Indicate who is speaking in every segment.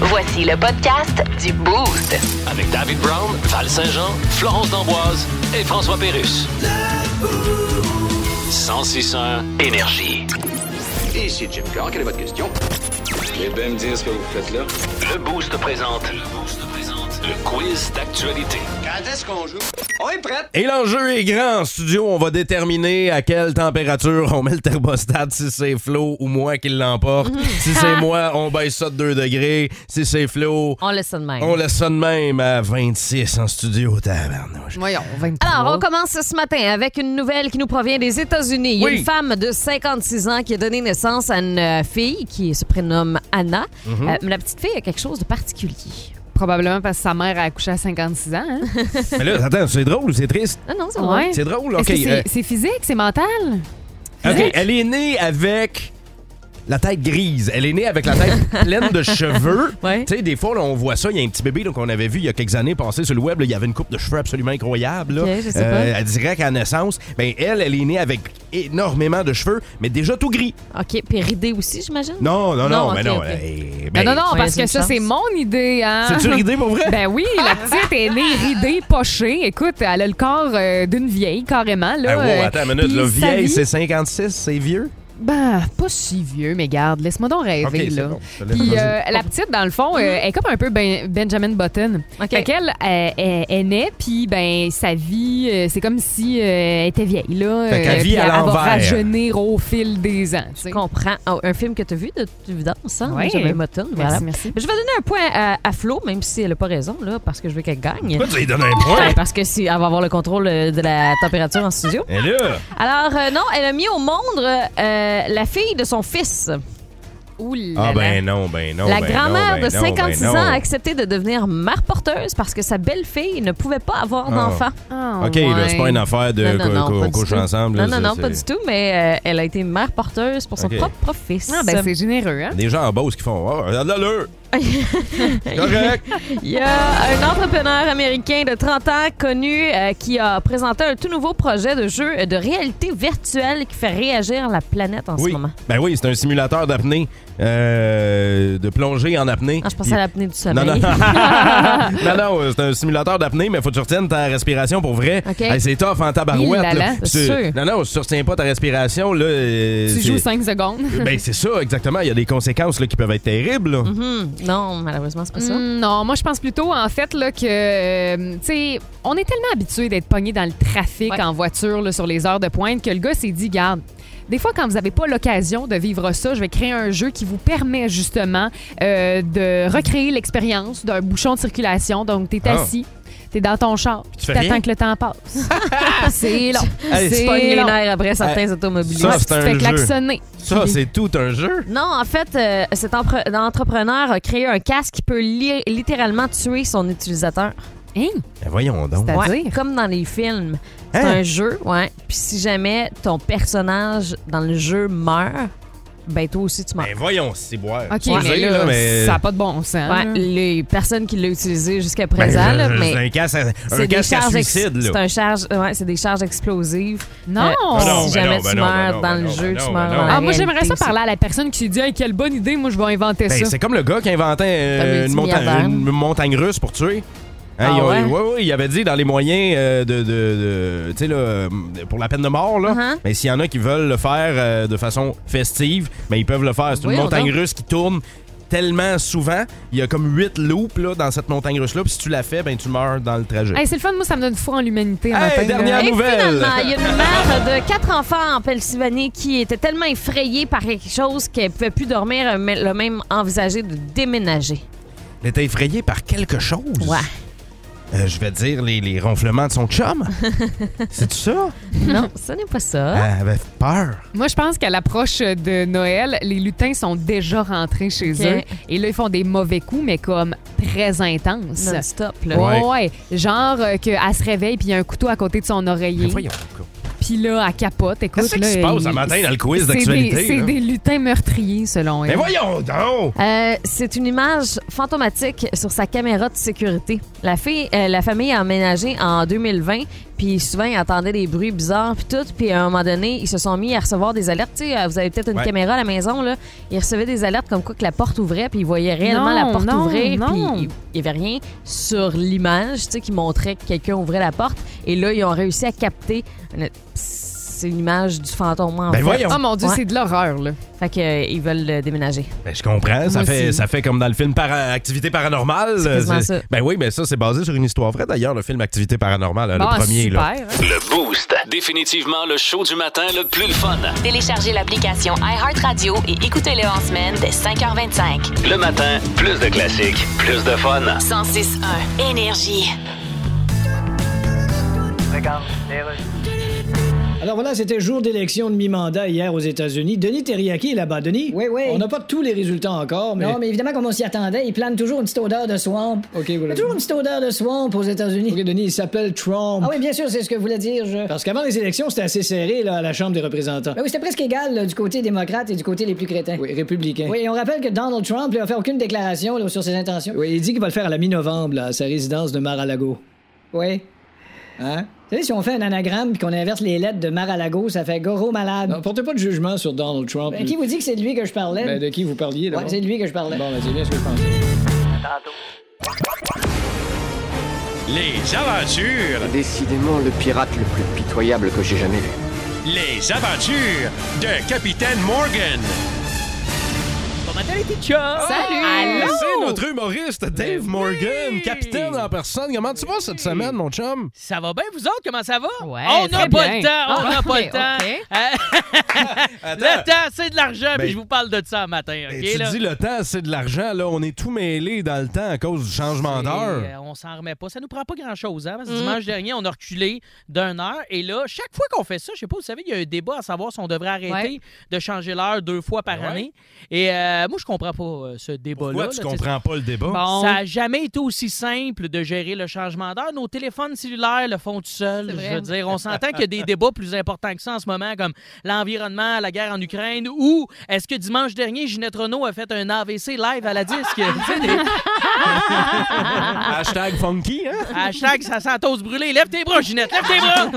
Speaker 1: Voici le podcast du Boost.
Speaker 2: Avec David Brown, Val Saint-Jean, Florence D'Amboise et François Pérus. 1061 Énergie.
Speaker 3: Ici Jim Carr, quelle est votre question?
Speaker 4: Eh bien me dire ce que vous faites là.
Speaker 2: Le Boost présente. Le Boost présente. Le quiz d'actualité.
Speaker 3: Quand est-ce qu'on joue? On est prêt!
Speaker 5: Et l'enjeu est grand. En studio, on va déterminer à quelle température on met le thermostat, si c'est Flo ou moi qui l'emporte.
Speaker 6: Mm-hmm.
Speaker 5: si
Speaker 6: Ah.
Speaker 5: c'est moi, on baisse ça de 2 degrés. Si c'est Flo,
Speaker 7: On laisse ça de même.
Speaker 5: on laisse ça de même à 26 en studio. Tabarnouche.
Speaker 6: Voyons, 23.
Speaker 7: Alors, on commence ce matin avec une nouvelle qui nous provient des États-Unis. Il y a
Speaker 5: Oui.
Speaker 7: une femme de 56 ans qui a donné naissance à une euh, fille qui se prénomme Anna.
Speaker 5: Mm-hmm.
Speaker 7: Euh, mais la petite fille a quelque chose de particulier.
Speaker 6: Probablement parce que sa mère a accouché à 56 ans. hein?
Speaker 5: Mais là, attends, c'est drôle ou c'est triste?
Speaker 7: Ah non, c'est vrai.
Speaker 6: Ouais.
Speaker 5: C'est drôle?
Speaker 6: Est-ce
Speaker 5: OK.
Speaker 6: que c'est
Speaker 5: euh,
Speaker 6: c'est physique, c'est mental?
Speaker 5: OK, elle est née avec la tête grise. Elle est née avec la tête pleine de cheveux.
Speaker 7: Ouais.
Speaker 5: Tu sais, des fois, là, on voit ça. Il y a un petit bébé là, qu'on avait vu il y a quelques années passer sur le web. là, il y avait une coupe de cheveux absolument incroyable. Là. Euh,
Speaker 7: Ok, je sais pas.
Speaker 5: elle dirait qu'à naissance, ben, elle, elle est née avec énormément de cheveux, mais déjà tout gris.
Speaker 7: OK, puis ridée aussi, j'imagine?
Speaker 5: Non, non, non,
Speaker 7: Non,
Speaker 5: mais
Speaker 7: ok,
Speaker 5: non.
Speaker 7: ok.
Speaker 5: eh,
Speaker 6: Ben
Speaker 5: ben,
Speaker 6: non, non,
Speaker 7: ouais,
Speaker 6: parce
Speaker 7: c'est
Speaker 6: que
Speaker 7: une
Speaker 6: ça,
Speaker 7: chance.
Speaker 6: c'est mon idée. Hein?
Speaker 5: C'est-tu ridé pour vrai?
Speaker 6: Ben oui, la petite est née ridée, pochée. Écoute, elle a le corps euh, d'une vieille, carrément. Là,
Speaker 5: Ah, wow,
Speaker 6: euh,
Speaker 5: attends une minute.
Speaker 6: puis
Speaker 5: Là,
Speaker 6: sa
Speaker 5: vieille,
Speaker 6: vie-
Speaker 5: c'est 56, c'est vieux?
Speaker 6: Ben, pas si vieux, mais garde, laisse-moi donc rêver,
Speaker 5: Ok, c'est
Speaker 6: là.
Speaker 5: bon, je te laisse
Speaker 6: Puis
Speaker 5: raconter.
Speaker 6: euh, la petite, dans le fond, euh, elle est comme un peu Ben- Benjamin Button.
Speaker 7: Mhm. Ok.
Speaker 6: Fait qu'elle, elle, elle- elle naît, puis ben, sa vie, euh, c'est comme si euh, elle était vieille, là.
Speaker 5: Fait qu'elle
Speaker 6: euh,
Speaker 5: vit
Speaker 6: puis
Speaker 5: à
Speaker 6: Elle va
Speaker 5: l'envers.
Speaker 6: rajeunir au fil des ans, tu sais.
Speaker 7: Je comprends. Ah, un film que tu as vu, de toute évidence, hein?
Speaker 6: Ouais.
Speaker 7: Benjamin Button, voilà.
Speaker 6: Merci, merci.
Speaker 7: Je vais donner un point à, à Flo, même si elle n'a pas raison, là, parce que je veux qu'elle gagne.
Speaker 5: Pourquoi tu lui donnes un point?
Speaker 7: Ben, parce que si elle va avoir le contrôle euh, de la température en studio.
Speaker 5: Et là,
Speaker 7: Alors, euh, non, elle a mis au monde euh, la fille de son fils.
Speaker 6: Ouh là
Speaker 5: ah
Speaker 6: là.
Speaker 5: ben non, ben non.
Speaker 7: la
Speaker 5: ben non,
Speaker 7: grand-mère
Speaker 5: ben
Speaker 7: de
Speaker 5: non, ben
Speaker 7: 56 ans
Speaker 5: non.
Speaker 7: a accepté de devenir mère porteuse parce que sa belle-fille ne pouvait pas avoir d'enfant.
Speaker 6: Ah,
Speaker 5: OK, là, c'est pas une affaire de
Speaker 7: non, non,
Speaker 5: qu'on-
Speaker 7: non,
Speaker 5: qu'on
Speaker 7: pas du
Speaker 5: couche
Speaker 7: tout.
Speaker 5: ensemble. là,
Speaker 7: non, non, non,
Speaker 5: c'est-
Speaker 7: pas du tout, mais euh, elle a été mère porteuse pour son
Speaker 5: Ok.
Speaker 7: propre fils.
Speaker 6: Ah, ben, c'est généreux, hein?
Speaker 5: c'est- Des gens en Beauce qui font Ah, regarde-la, là! C'est correct!
Speaker 7: Il y a un entrepreneur américain de 30 ans connu euh, qui a présenté un tout nouveau projet de jeu de réalité virtuelle qui fait réagir la planète en
Speaker 5: oui.
Speaker 7: ce moment.
Speaker 5: Ben oui, c'est un simulateur d'apnée, euh, de plongée en apnée.
Speaker 7: Ah, je
Speaker 5: Puis-
Speaker 7: pensais à l'apnée du sommeil.
Speaker 5: Non, non. non, non, euh, c'est un simulateur d'apnée, mais faut que tu retiennes ta respiration pour vrai.
Speaker 7: OK.
Speaker 5: Hey, c'est tough en
Speaker 6: Il
Speaker 5: tabarouette.
Speaker 6: là
Speaker 5: là.
Speaker 6: là,
Speaker 7: c'est
Speaker 5: Tu-
Speaker 7: sûr.
Speaker 5: Non, non, si tu retiens pas ta respiration, là. euh,
Speaker 6: Tu
Speaker 5: c'est-
Speaker 6: joues 5 secondes.
Speaker 5: Ben, c'est ça, exactement. Il y a des conséquences là, qui peuvent être terribles. là.
Speaker 7: Hum, non, malheureusement, c'est pas ça.
Speaker 6: Mm, non, moi je pense plutôt en fait là, que euh, tu sais, on est tellement habitué d'être pogné dans le trafic
Speaker 7: Ouais.
Speaker 6: en voiture là, sur les heures de pointe que le gars s'est dit garde. Des fois, quand vous n'avez pas l'occasion de vivre ça, je vais créer un jeu qui vous permet justement euh, de recréer l'expérience d'un bouchon de circulation. Donc, t'es
Speaker 5: Ah.
Speaker 6: assis, t'es dans ton char,
Speaker 5: tu fais
Speaker 6: tu
Speaker 5: rien?
Speaker 6: t'attends que le temps passe. c'est long.
Speaker 5: Hey,
Speaker 7: Tu
Speaker 5: C'est
Speaker 7: pognes les
Speaker 6: long.
Speaker 7: nerfs après certains automobilistes.
Speaker 5: Euh, Ça,
Speaker 6: Ouais,
Speaker 5: c'est
Speaker 6: tu te
Speaker 5: un
Speaker 6: fais
Speaker 5: jeu.
Speaker 6: klaxonner.
Speaker 5: Ça, c'est tout un jeu.
Speaker 7: Non, en fait, euh, cet empre- entrepreneur a créé un casque qui peut li- littéralement tuer son utilisateur.
Speaker 6: Hein?
Speaker 5: Ben, voyons donc.
Speaker 6: C'est-à-dire?
Speaker 7: Ouais, comme dans les films. C'est
Speaker 5: Hein?
Speaker 7: un jeu, ouais. Puis si jamais ton personnage dans le jeu meurt, ben toi aussi tu meurs.
Speaker 5: Ben voyons, c'est boire.
Speaker 6: OK,
Speaker 5: Excusez,
Speaker 6: mais là,
Speaker 5: là, mais-
Speaker 6: ça n'a pas de bon sens.
Speaker 7: Ouais,
Speaker 6: là.
Speaker 7: les personnes qui l'ont utilisé jusqu'à
Speaker 5: Ben,
Speaker 7: présent,
Speaker 5: je-
Speaker 7: là,
Speaker 5: je-
Speaker 7: mais
Speaker 5: C'est un casque à, un
Speaker 7: c'est des
Speaker 5: casque à
Speaker 7: charges ex-
Speaker 5: suicide, là.
Speaker 7: c'est un charge, ouais, c'est des charges explosives.
Speaker 6: Non!
Speaker 7: Euh,
Speaker 5: Ben non,
Speaker 7: si
Speaker 5: ben
Speaker 7: jamais
Speaker 5: non, ben
Speaker 7: tu
Speaker 5: non, ben
Speaker 7: meurs
Speaker 5: non,
Speaker 7: dans
Speaker 5: ben
Speaker 7: le
Speaker 5: non,
Speaker 7: jeu,
Speaker 5: ben
Speaker 7: tu
Speaker 5: non, ben
Speaker 7: meurs dans
Speaker 5: non.
Speaker 7: la
Speaker 6: Ah, moi, j'aimerais
Speaker 7: réalité
Speaker 6: ça
Speaker 7: aussi.
Speaker 6: parler à la personne qui dit hey, quelle bonne idée, moi, je vais inventer
Speaker 5: Ben,
Speaker 6: ça.
Speaker 5: c'est comme le gars qui inventait euh,
Speaker 7: Un
Speaker 5: une, monta-
Speaker 7: multimilliardaire.
Speaker 5: une montagne russe pour tuer. Hein,
Speaker 7: Ah
Speaker 5: il, a-
Speaker 7: ouais?
Speaker 5: ouais, ouais, il avait dit dans les moyens euh, de, de- de- tu sais, là, euh, pour la peine de mort là,
Speaker 7: Uh-huh.
Speaker 5: ben, s'il y en a qui veulent le faire euh, de façon festive, ben, ils peuvent le faire. C'est une
Speaker 7: Voyons
Speaker 5: montagne
Speaker 7: donc.
Speaker 5: russe qui tourne tellement souvent, il y a comme huit loops là, dans cette montagne russe là, puis si tu la fais, ben tu meurs dans le trajet.
Speaker 6: Hey, c'est le fun, moi, ça me donne foi en l'humanité. un
Speaker 5: Hey,
Speaker 6: matin, là.
Speaker 5: dernière
Speaker 7: Et
Speaker 5: nouvelle.
Speaker 7: finalement, il y a une mère de quatre enfants en Pennsylvanie qui était tellement effrayée par quelque chose qu'elle pouvait plus dormir, elle m'a- l'a même envisagé de déménager.
Speaker 5: Elle était effrayée par quelque chose.
Speaker 7: Ouais.
Speaker 5: Euh, je vais dire les, les ronflements de son chum. C'est ça?
Speaker 7: Non, ce n'est pas
Speaker 8: Ah.
Speaker 7: ça.
Speaker 5: Elle avait peur.
Speaker 6: Moi, je pense qu'à l'approche de Noël, les lutins sont déjà rentrés chez
Speaker 7: Ok.
Speaker 6: eux. Et là, ils font des mauvais coups, mais comme très intenses.
Speaker 7: Non-stop, là.
Speaker 6: Ouais.
Speaker 5: Ouais.
Speaker 6: ouais. genre euh, qu'elle se réveille puis il y a un couteau à côté de son
Speaker 5: Mais
Speaker 6: oreiller.
Speaker 5: voyons, quoi.
Speaker 6: Puis là, elle capote. Écoute,
Speaker 5: Qu'est-ce qui
Speaker 6: là,
Speaker 5: se passe
Speaker 6: il-
Speaker 5: ce matin dans le quiz
Speaker 6: c'est
Speaker 5: d'actualité,
Speaker 6: des, c'est
Speaker 5: là?
Speaker 6: des lutins meurtriers, selon
Speaker 5: Mais
Speaker 6: elle.
Speaker 5: voyons donc!
Speaker 7: Euh, c'est une image fantomatique sur sa caméra de sécurité. La, fille, euh, la famille a emménagé en 2020, puis puis souvent, ils entendaient des bruits bizarres, puis tout. Puis à un moment donné, ils se sont mis à recevoir des alertes. Tu sais, euh, vous avez peut-être une
Speaker 5: Ouais.
Speaker 7: caméra à la maison, là. Ils recevaient des alertes comme quoi que la porte ouvrait, puis ils voyaient réellement
Speaker 6: Non,
Speaker 7: la porte
Speaker 6: non,
Speaker 7: ouvrir,
Speaker 6: non.
Speaker 7: puis il n'y avait rien sur l'image, tu sais, qui montrait que quelqu'un ouvrait la porte. Et là, ils ont réussi à capter. une- C'est une image du fantôme en
Speaker 5: Ben
Speaker 7: fait.
Speaker 5: voyons.
Speaker 6: Oh mon Dieu,
Speaker 7: Ouais.
Speaker 6: c'est de l'horreur, là.
Speaker 7: Fait que, euh, ils veulent le déménager.
Speaker 5: Ben, je comprends. Ça
Speaker 6: Moi
Speaker 5: fait,
Speaker 6: aussi.
Speaker 5: ça fait comme dans le film Para- Activité paranormale.
Speaker 7: quasiment
Speaker 5: C'est-
Speaker 7: ça.
Speaker 5: Ben oui, mais ça, c'est basé sur une histoire vraie d'ailleurs, le film Activité paranormale, hein,
Speaker 6: Bah,
Speaker 5: le premier.
Speaker 6: super.
Speaker 5: Là.
Speaker 6: hein.
Speaker 2: Le Boost. Définitivement le show du matin le plus le fun.
Speaker 1: Téléchargez l'application iHeartRadio et écoutez-le en semaine dès 5h25.
Speaker 2: Le matin, plus de classiques, plus de fun.
Speaker 1: 106.1 Énergie.
Speaker 9: Alors voilà, c'était jour d'élection de mi-mandat hier aux États-Unis. Denis Terriaki est là-bas, Denis.
Speaker 10: Oui, oui.
Speaker 9: On n'a pas tous les résultats encore, mais.
Speaker 10: Non, mais évidemment, comme on s'y attendait, il plane toujours une petite odeur de swamp.
Speaker 9: OK,
Speaker 10: Il y
Speaker 9: voilà.
Speaker 10: a toujours une petite odeur de swamp aux États-Unis.
Speaker 9: OK, Denis, il s'appelle Trump.
Speaker 10: Ah oui, bien sûr, c'est ce que voulait dire, je.
Speaker 9: Parce qu'avant les élections, c'était assez serré là, à la Chambre des représentants.
Speaker 10: Ben oui, c'était presque égal là, du côté démocrate et du côté les plus crétins.
Speaker 9: Oui, républicain.
Speaker 10: Oui, et on rappelle que Donald Trump n'a fait aucune déclaration là, sur ses intentions.
Speaker 9: Oui, il dit qu'il va le faire à la mi-novembre, là, à sa résidence de Mar-a-Lago.
Speaker 10: Oui.
Speaker 9: Hein?
Speaker 10: Vous savez, si on fait un anagramme puis qu'on inverse les lettres de Mar-a-Lago, ça fait Goro malade.
Speaker 9: Non, portez pas de jugement sur Donald Trump.
Speaker 10: Ben, qui vous dit que c'est de lui que je parlais?
Speaker 9: Ben, de qui vous parliez, là?
Speaker 10: Ouais, c'est de lui que je parlais.
Speaker 9: Bon, ben, c'est bien ce que je pensais.
Speaker 11: Les aventures,
Speaker 3: Décidément le pirate le plus pitoyable que j'ai jamais vu.
Speaker 11: les aventures de Capitaine Morgan.
Speaker 6: Salut!
Speaker 5: Ah, C'est notre
Speaker 8: Ben
Speaker 5: humoriste Dave Morgan, capitaine en personne. Comment tu vas cette semaine, mon chum?
Speaker 8: Ça va bien, vous autres? Comment ça va?
Speaker 6: Ouais,
Speaker 8: on n'a
Speaker 6: très
Speaker 8: pas
Speaker 6: bien.
Speaker 8: le temps, on
Speaker 6: Ah,
Speaker 8: n'a pas
Speaker 6: ok,
Speaker 8: le temps.
Speaker 6: ok.
Speaker 8: Hein? le temps, c'est de l'argent,
Speaker 5: Ben,
Speaker 8: puis je vous parle de ça ce matin.
Speaker 5: Eh,
Speaker 8: OK?
Speaker 5: tu
Speaker 8: là?
Speaker 5: dis le temps, c'est de l'argent. Là, on est tout mêlé dans le temps à cause du changement
Speaker 8: Et,
Speaker 5: d'heure.
Speaker 8: euh, on s'en remet pas. Ça nous prend pas grand-chose. Hein? Parce
Speaker 6: Mm.
Speaker 8: que dimanche dernier, on a reculé d'une heure. Et là, chaque fois qu'on fait ça, je sais pas, vous savez, il y a un débat à savoir si on devrait arrêter
Speaker 6: Ouais.
Speaker 8: de changer l'heure deux fois par
Speaker 5: Ouais.
Speaker 8: année. Et euh, moi, je comprends pas euh, ce débat-là.
Speaker 5: Pourquoi
Speaker 8: là,
Speaker 5: tu
Speaker 8: tu sais,
Speaker 5: comprends pas le débat?
Speaker 6: Bon.
Speaker 8: Ça n'a jamais été aussi simple de gérer le changement d'heure. Nos téléphones cellulaires le font tout seuls.
Speaker 6: C'est vrai.
Speaker 8: Je veux dire, on s'entend qu'il y a des débats plus importants que ça en ce moment, comme l'environnement, la guerre en Ukraine, ou est-ce que dimanche dernier, Ginette Renault a fait un AVC live à la disque? Tu sais, des-
Speaker 5: Hashtag funky, hein?
Speaker 8: Hashtag ça sent la toast brûlée. Lève tes bras, Ginette, lève tes bras!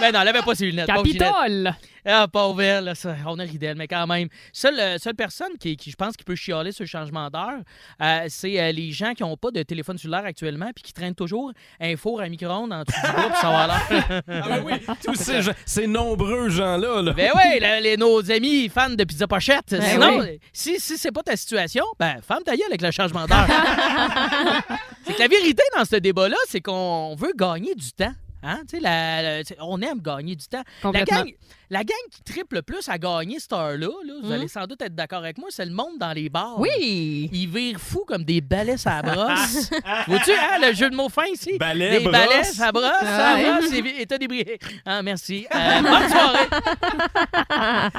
Speaker 8: Mais Ben non, lève pas ses lunettes. pauvre Ginette.
Speaker 6: Capitole!
Speaker 8: Ah, pauvre elle, là, ça, on a ri d'elle, mais quand même. Seule, euh, seule personne qui, qui, je pense, qui peut chialer sur le changement d'heure, euh, c'est euh, les gens qui n'ont pas de téléphone cellulaire actuellement puis qui traînent toujours un four à micro-ondes en dessous du bras pour savoir l'heure.
Speaker 5: Tous ces, gens- ces nombreux gens-là. là.
Speaker 8: ben oui, la- les- nos amis fans de pizza pochette. Sinon,
Speaker 6: Ben oui.
Speaker 8: si, si c'est pas ta situation, ben femme ta gueule avec le changement d'heure. c'est que la vérité dans ce débat-là, c'est qu'on veut gagner du temps. Hein? Tu sais, la- la- tu sais, on aime gagner du temps. La
Speaker 6: Complètement.
Speaker 8: gang, la gang qui triple le plus à gagner cette heure-là, là, vous allez sans doute être d'accord avec moi, c'est le monde dans les bars.
Speaker 6: Hmm? Oui!
Speaker 8: Ils virent fous comme des balais à brosse. Vois-tu, hein, le jeu de mots fin ici?
Speaker 5: Balais,
Speaker 8: des
Speaker 5: brosse.
Speaker 8: balais à brosse, à
Speaker 6: Ouais.
Speaker 8: brosse et, et t'as des bri- Ah, merci. Euh, bonne soirée.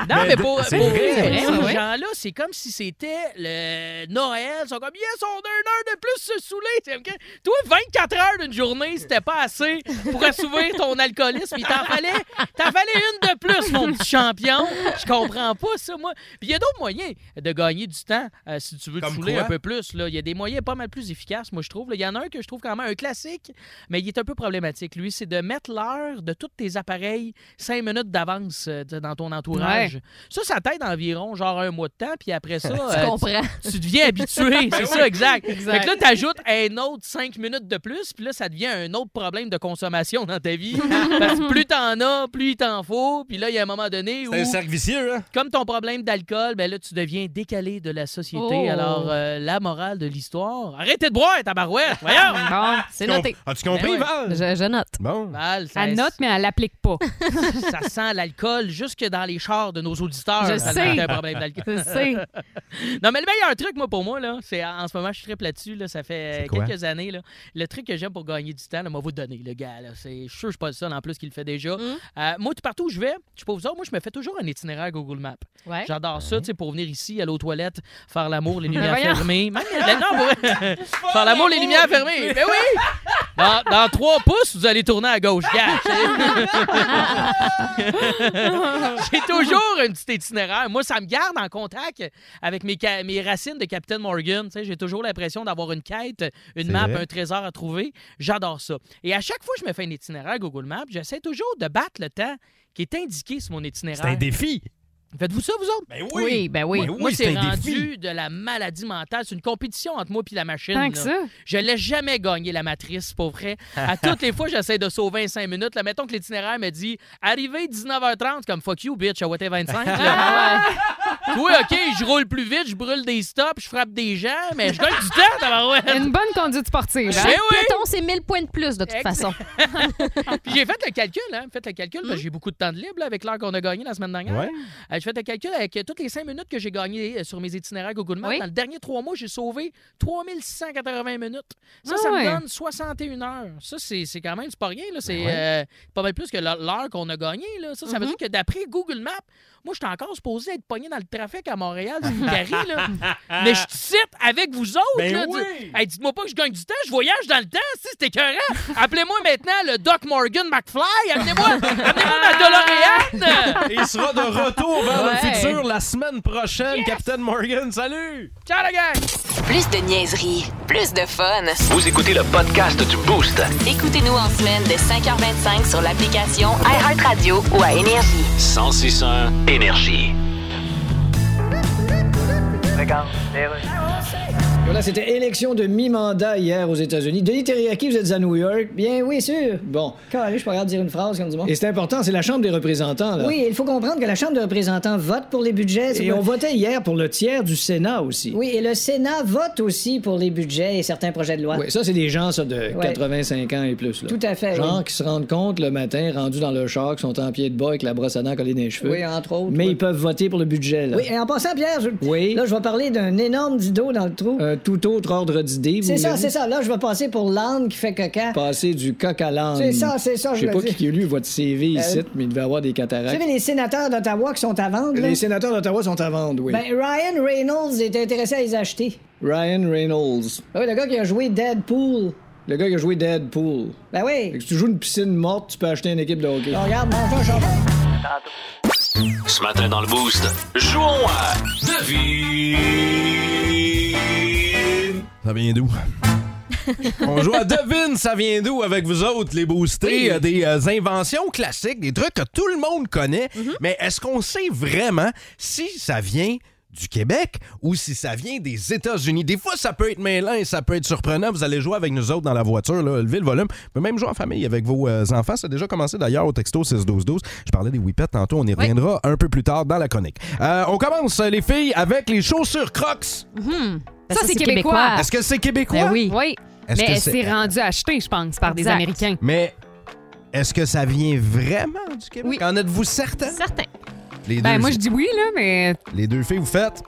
Speaker 8: non, mais, pour,
Speaker 12: Ah,
Speaker 5: c'est
Speaker 8: pour
Speaker 5: vrai,
Speaker 8: vrai,
Speaker 6: c'est
Speaker 8: ces
Speaker 6: vrai.
Speaker 8: gens-là, c'est comme si c'était le Noël. Ils sont comme, yes, on a une heure de plus se saouler. Tu sais, ok? Toi, 24 heures d'une journée, c'était pas assez pour assouvir ton alcoolisme. Il t'en fallait, t'en fallait une de plus, mon petit champion. Je comprends pas ça, moi. Puis il y a d'autres moyens de gagner du temps euh, si tu veux te
Speaker 5: Comme
Speaker 8: saouler
Speaker 5: quoi?
Speaker 8: un peu plus. là. Il y a des moyens pas mal plus efficaces, moi, je trouve. là. Il y en a un que je trouve quand même un classique, mais il est un peu problématique, lui. C'est de mettre l'heure de tous tes appareils cinq minutes d'avance euh, de- dans ton entourage. Ça, ça t'aide environ genre un mois de temps, puis après ça, euh, tu-
Speaker 7: comprends.
Speaker 8: tu deviens habitué, c'est ça, exact.
Speaker 6: Ben Exact.
Speaker 8: Fait que là, tu ajoutes un autre 5 minutes de plus, puis là, ça devient un autre problème de consommation dans ta vie. Parce que plus t'en as, plus il t'en faut, puis là, il y a un moment donné où,
Speaker 5: C'est un cercle vicieux, hein?
Speaker 8: comme ton problème d'alcool, ben là, tu deviens décalé de la société.
Speaker 6: Oh.
Speaker 8: Alors, euh, la morale de l'histoire, arrêtez de boire, tabarouette, voyons!
Speaker 6: Bon,
Speaker 7: C'est noté.
Speaker 5: As-tu compris,
Speaker 8: Ben ouais.
Speaker 5: Val?
Speaker 7: Je, je note.
Speaker 5: Bon.
Speaker 12: Ben
Speaker 8: Mal, ça,
Speaker 6: Elle note, mais elle l'applique pas.
Speaker 8: ça sent l'alcool jusque dans les chars de nos auditeurs.
Speaker 6: Je
Speaker 8: tellement
Speaker 6: sais.
Speaker 8: t'as un problème d'alcool.
Speaker 6: Je sais.
Speaker 8: Non, mais le meilleur truc, moi, pour moi, là, c'est en ce moment, je tripe là-dessus. Là, ça fait
Speaker 5: C'est
Speaker 8: euh,
Speaker 5: quoi?
Speaker 8: quelques années. Là, le truc que j'aime pour gagner du temps, là, moi, vous donner, le gars. Là, c'est, je suis sûr que je suis pas le seul, en plus, qu'il le fait déjà.
Speaker 6: Mm.
Speaker 8: Euh, moi, tout partout où je vais, je suis pas vous autres, moi, je me fais toujours un itinéraire Google Maps.
Speaker 6: Ouais.
Speaker 8: J'adore ça, tu sais, pour venir ici, aller aux toilettes, faire l'amour, les lumières ben
Speaker 6: voyons.
Speaker 8: fermées. Même- ben non, pour- faire l'amour, les lumières fermées. Mais oui! Dans, dans trois pouces, vous allez tourner à gauche. Gars, c'est- J'ai toujours un petit itinéraire. Moi, ça me garde en contact avec mes, ca- mes racines de Captain Morgan. Tu sais, J'ai toujours l'impression d'avoir une quête, une
Speaker 12: C'est
Speaker 8: map,
Speaker 12: vrai.
Speaker 8: un trésor à trouver. J'adore ça. Et à chaque fois que je me fais un itinéraire Google Maps, j'essaie toujours de battre le temps qui est indiqué sur mon itinéraire.
Speaker 5: C'est un défi.
Speaker 8: Faites-vous ça, vous autres? Ben
Speaker 5: oui. Oui, ben oui. Ben oui,
Speaker 8: moi,
Speaker 5: c'est
Speaker 8: c'est
Speaker 5: un
Speaker 8: rendu
Speaker 5: défi.
Speaker 8: de la maladie mentale. C'est une compétition entre moi et la machine.
Speaker 6: Tant que
Speaker 8: là.
Speaker 6: ça.
Speaker 8: Je l'ai jamais gagné, la matrice, pour vrai. À toutes les fois, j'essaie de sauver un 5 minutes. Là, mettons que l'itinéraire me dit « Arrivé 19h30 », comme « Fuck you, bitch, à Watt 25 là. Oui, OK, je roule plus vite, je brûle des stops, je frappe des gens, mais je gagne du temps, tabarouette.
Speaker 6: Une bonne conduite sportive. hein?
Speaker 8: Ben oui.
Speaker 13: Péton, c'est 1000 points de plus, de toute façon.
Speaker 8: Puis j'ai fait le calcul, hein. Faites le calcul, parce que j'ai beaucoup de temps de libre là, avec l'heure qu'on a gagné la semaine dernière.
Speaker 5: Ouais.
Speaker 8: Euh, j'ai fait le calcul avec euh, toutes les cinq minutes que j'ai gagnées euh, sur mes itinéraires Google Maps. Dans le dernier trois mois, j'ai sauvé 3680 minutes. Ça,
Speaker 6: Ah
Speaker 8: ça
Speaker 6: ouais.
Speaker 8: me donne 61 heures. Ça, c'est c'est quand même, c'est pas rien. là. C'est
Speaker 6: Ben Ouais.
Speaker 8: euh, pas mal plus que l'heure- l'heure qu'on a gagnée. là. Ça, ça veut
Speaker 6: Mhm.
Speaker 8: dire que d'après Google Maps, moi, je suis encore supposé être pogné dans le trafic à Montréal, sur Vicari, là. Mais je te cite avec vous autres.
Speaker 12: Ben
Speaker 8: là,
Speaker 12: oui.
Speaker 8: dis- Hey, dites-moi pas que je gagne du temps, je voyage dans le temps, si c'est écœurant. Appelez-moi maintenant le Doc Morgan McFly. Amenez-moi amenez-moi ma DeLorean.
Speaker 5: Il sera de retour vers
Speaker 8: Ouais.
Speaker 5: le futur la semaine prochaine. Captain Morgan, salut!
Speaker 8: Ciao, la gang!
Speaker 1: Plus de niaiserie, plus de fun.
Speaker 2: Vous écoutez le podcast du Boost.
Speaker 1: Écoutez-nous en semaine de 5h25 sur l'application iHeartRadio ou à Énergie.
Speaker 2: 1061 Énergie.
Speaker 9: Voilà, c'était élection de mi-mandat hier aux États-Unis. Denis Terriaki, vous êtes à New York.
Speaker 10: Bien, oui, sûr.
Speaker 9: Bon.
Speaker 10: Carré, je suis pas capable de dire une phrase comme du monde.
Speaker 9: Et c'est important, c'est la Chambre des représentants, là.
Speaker 10: Oui, il faut comprendre que la Chambre des représentants vote pour les budgets. c'est
Speaker 9: Et
Speaker 10: pas-
Speaker 9: on votait hier pour le tiers du Sénat aussi.
Speaker 10: Oui, et le Sénat vote aussi pour les budgets et certains projets de loi.
Speaker 9: Oui, ça, c'est des gens, ça, de
Speaker 10: Ouais.
Speaker 9: 85 ans et plus. Là.
Speaker 10: Tout à fait,
Speaker 9: Gens
Speaker 10: oui.
Speaker 9: qui se rendent compte le matin, rendus dans leur char, qui sont en pied de bas avec la brosse à dents collée dans les cheveux.
Speaker 10: Oui, entre autres,
Speaker 9: Mais
Speaker 10: oui.
Speaker 9: ils peuvent voter pour le budget, là.
Speaker 10: Oui, et en passant, Pierre, je...
Speaker 9: Oui.
Speaker 10: là, je vais parler d'un énorme dido dans le trou.
Speaker 9: Un tout autre ordre d'idée, vous
Speaker 10: C'est ça,
Speaker 9: voulez?
Speaker 10: c'est ça. Là, je vais passer pour l'âne qui fait coca.
Speaker 9: Passer du coq à l'âne.
Speaker 10: C'est ça, c'est ça,
Speaker 9: Je
Speaker 10: je
Speaker 9: sais
Speaker 10: le
Speaker 9: pas
Speaker 10: dis.
Speaker 9: qui qui a lu votre CV ici,
Speaker 10: Euh,
Speaker 9: mais il devait avoir des
Speaker 10: Vous savez,
Speaker 9: cataractes.
Speaker 10: les sénateurs d'Ottawa qui sont à vendre, là?
Speaker 9: Les sénateurs d'Ottawa sont à vendre, oui.
Speaker 10: Ben, Ryan Reynolds est intéressé à les acheter.
Speaker 9: Ryan Reynolds.
Speaker 10: Ah Oui, le gars qui a joué Deadpool.
Speaker 9: Le gars qui a joué Deadpool.
Speaker 10: Ben oui.
Speaker 9: Fait
Speaker 10: Ah,
Speaker 9: que si tu joues une piscine morte, tu peux acheter une équipe de hockey.
Speaker 10: Alors, regarde, mon chat, j'en-
Speaker 2: Ce matin dans le Boost, jouons à Devine.
Speaker 5: Ça vient d'où? On joue à Devine, ça vient d'où avec vous autres, les boostés? Euh, Des euh, inventions classiques, des trucs que tout le monde connaît.
Speaker 6: Mhm.
Speaker 5: Mais est-ce qu'on sait vraiment si ça vient du Québec ou si ça vient des États-Unis? Des fois, ça peut être mêlant et ça peut être surprenant. Vous allez jouer avec nous autres dans la voiture, là, levez le volume. Vous pouvez même jouer en famille avec vos euh, enfants. Ça a déjà commencé d'ailleurs au texto 6-12-12. Je parlais des whippets tantôt, on y reviendra un peu plus tard dans la chronique. Euh, on commence, les filles, avec les chaussures Crocs.
Speaker 6: Ça, c'est québécois.
Speaker 5: Est-ce que c'est québécois?
Speaker 6: Ah. Ben oui. Oui.
Speaker 5: Est-ce
Speaker 6: Mais
Speaker 5: que c'est-
Speaker 6: c'est rendu acheté, je pense, par des
Speaker 5: Exact.
Speaker 6: Américains.
Speaker 5: Mais est-ce que ça vient vraiment du Québec? En êtes-vous certain?
Speaker 6: Certain.
Speaker 5: Les
Speaker 6: Ben,
Speaker 5: deux,
Speaker 6: moi, je dis oui, là, mais.
Speaker 5: les deux filles, vous faites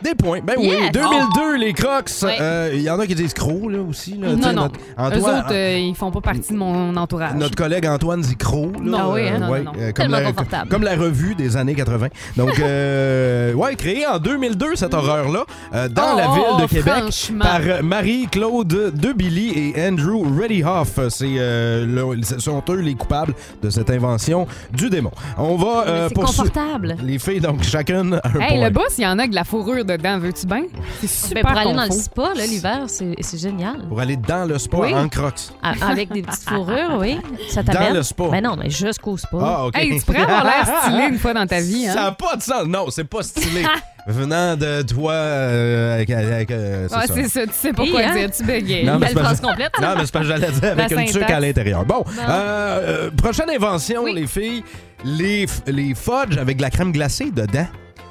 Speaker 5: des points. Ben oui,
Speaker 6: Yes! Oh.
Speaker 5: 2002, les Crocs.
Speaker 6: Ouais.
Speaker 5: Euh, Il y en a qui disent crocs, là, aussi. Là, Tu sais,
Speaker 6: Non, non.
Speaker 5: Euh, notre-
Speaker 6: Eux
Speaker 5: Antoine- ah.
Speaker 6: autres, euh, ils font pas partie de mon entourage.
Speaker 5: Notre collègue Antoine Zicro.
Speaker 6: Non, ah oui, hein? Non,
Speaker 5: ouais, euh,
Speaker 6: non, non.
Speaker 5: comme,
Speaker 6: Tellement
Speaker 5: la,
Speaker 6: confortable.
Speaker 5: comme la revue des années 80. Donc, euh, ouais, créée en 2002, cette horreur-là, euh, dans
Speaker 6: Oh,
Speaker 5: la ville de
Speaker 6: oh,
Speaker 5: Québec,
Speaker 6: franchement.
Speaker 5: par euh, Marie-Claude Debilly et Andrew Reddyhoff. C'est, euh, le- ce sont eux les coupables de cette invention du démon. On va euh,
Speaker 6: c'est
Speaker 5: poursu-
Speaker 6: confortable.
Speaker 5: Les filles, donc, chacune un
Speaker 6: Hey,
Speaker 5: point.
Speaker 6: le boss, il y en a avec de la fourrure dedans, veux-tu bien? C'est super
Speaker 7: Ben, pour aller dans le
Speaker 6: confort.
Speaker 7: spa, là, l'hiver, c'est c'est génial.
Speaker 5: Pour aller dans le sport
Speaker 7: Oui.
Speaker 5: en crocs.
Speaker 7: Ah, Avec des petites fourrures, oui. Ça
Speaker 5: Dans
Speaker 7: t'amène.
Speaker 5: le spa.
Speaker 7: Ben non, mais jusqu'au spa.
Speaker 5: Ah, OK.
Speaker 6: Hey, tu pourrais avoir l'air stylé une fois dans ta vie. Hein?
Speaker 5: Ça n'a pas de sens. Non, c'est pas stylé. Venant de toi, euh, avec- avec, euh, c'est ça.
Speaker 6: Ouais, Ah, c'est ça, tu sais pas quoi
Speaker 7: Et, hein?
Speaker 6: dire, tu bégayes.
Speaker 5: Non, mais
Speaker 6: Belle
Speaker 5: c'est parce-
Speaker 6: phrase complète.
Speaker 5: Non, mais c'est parce que j'allais dire avec
Speaker 6: La
Speaker 5: une tuque
Speaker 6: syntaxe.
Speaker 5: à l'intérieur. Bon,
Speaker 6: Bon.
Speaker 5: euh, euh, prochaine invention, les filles, les, f- les fudges avec de la crème glacée dedans.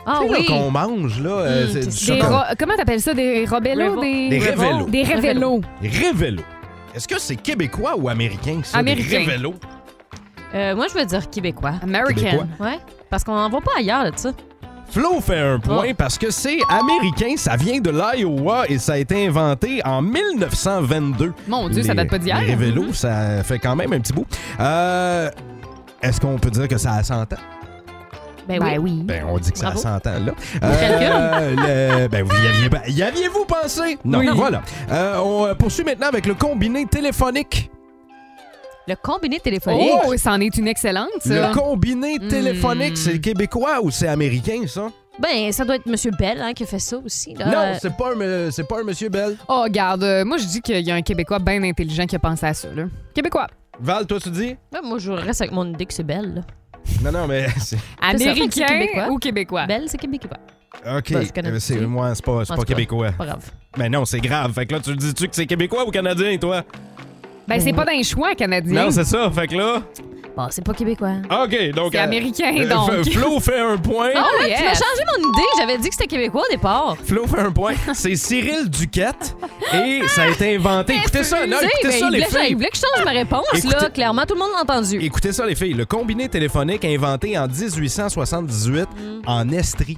Speaker 6: Ah
Speaker 5: Tu sais, là,
Speaker 6: oui. Hmm,
Speaker 5: qu'on mange, là, euh, c'est du
Speaker 6: Des
Speaker 5: chocolat.
Speaker 6: ro- comment t'appelles ça? Des robellos? Des,
Speaker 5: Des révélos.
Speaker 6: Des révélos.
Speaker 5: Des révélos. Est-ce que c'est québécois ou américain, ça? des
Speaker 7: Américain.
Speaker 5: révélos?
Speaker 7: Euh, moi, je veux dire québécois.
Speaker 5: American. Québécois.
Speaker 7: Ouais. Parce qu'on n'en voit pas ailleurs, de ça.
Speaker 5: Flo fait un
Speaker 6: Ah.
Speaker 5: point parce que c'est américain, ça vient de l'Iowa et ça a été inventé en 1922.
Speaker 6: Mon Dieu, ça date pas d'hier.
Speaker 5: Les vélos, ça fait quand même un petit bout. Euh, Est-ce qu'on peut dire que ça a 100 ans?
Speaker 7: Ben
Speaker 6: oui.
Speaker 5: Ben, on dit que ça
Speaker 7: Bravo.
Speaker 5: s'entend, là. Euh,
Speaker 7: calcule.
Speaker 5: le- ben, vous y aviez, pas- y aviez-vous pensé? Non,
Speaker 7: Oui.
Speaker 5: voilà. Euh, on euh, poursuit maintenant avec le combiné téléphonique.
Speaker 7: Le combiné téléphonique.
Speaker 6: Oh, c'en est une excellente, ça. Hmm.
Speaker 5: Le combiné téléphonique, c'est québécois ou c'est américain, ça?
Speaker 7: Ben, ça doit être M. Bell hein, qui a fait ça aussi. Là.
Speaker 5: Non, c'est pas, un, euh, c'est pas un monsieur Bell.
Speaker 6: Oh, regarde, euh, moi, je dis qu'il y a un Québécois bien intelligent qui a pensé à ça, là. Québécois.
Speaker 5: Val, toi, tu dis?
Speaker 7: Ouais, Euh, moi, je reste avec mon idée que c'est Bell.
Speaker 5: Non, non, mais c'est.
Speaker 6: Américain ou Québécois?
Speaker 7: Bell, c'est québécois.
Speaker 5: OK.
Speaker 7: Ben, c'est canadien.
Speaker 5: Euh, c'est moi, c'est pas, c'est
Speaker 7: En
Speaker 5: pas
Speaker 7: tout cas,
Speaker 5: québécois.
Speaker 7: pas grave.
Speaker 5: Mais non, c'est grave. Fait que là, tu dis-tu que c'est québécois ou canadien, toi?
Speaker 6: Ben, c'est pas d'un choix canadien.
Speaker 5: Non, c'est ça. Fait que là.
Speaker 7: Bon, c'est pas québécois.
Speaker 5: OK, donc.
Speaker 6: C'est américain, donc.
Speaker 5: F- Flo fait un point.
Speaker 7: Ah ouais,
Speaker 6: Oh, yes.
Speaker 7: tu m'as changé mon idée. J'avais dit que c'était québécois au départ.
Speaker 5: Flo fait un point. C'est Cyril Duquette et ça a été inventé. Écoutez ça, non,
Speaker 7: Tu sais,
Speaker 5: écoutez
Speaker 7: ben,
Speaker 5: ça,
Speaker 7: il
Speaker 5: les
Speaker 7: voulait- Il
Speaker 5: filles.
Speaker 7: voulait que je change ma réponse, là.
Speaker 5: Écoutez-
Speaker 7: Clairement, tout le monde l'a entendu.
Speaker 5: Écoutez ça, les filles. Le combiné téléphonique inventé en 1878
Speaker 7: Mm.
Speaker 5: en Estrie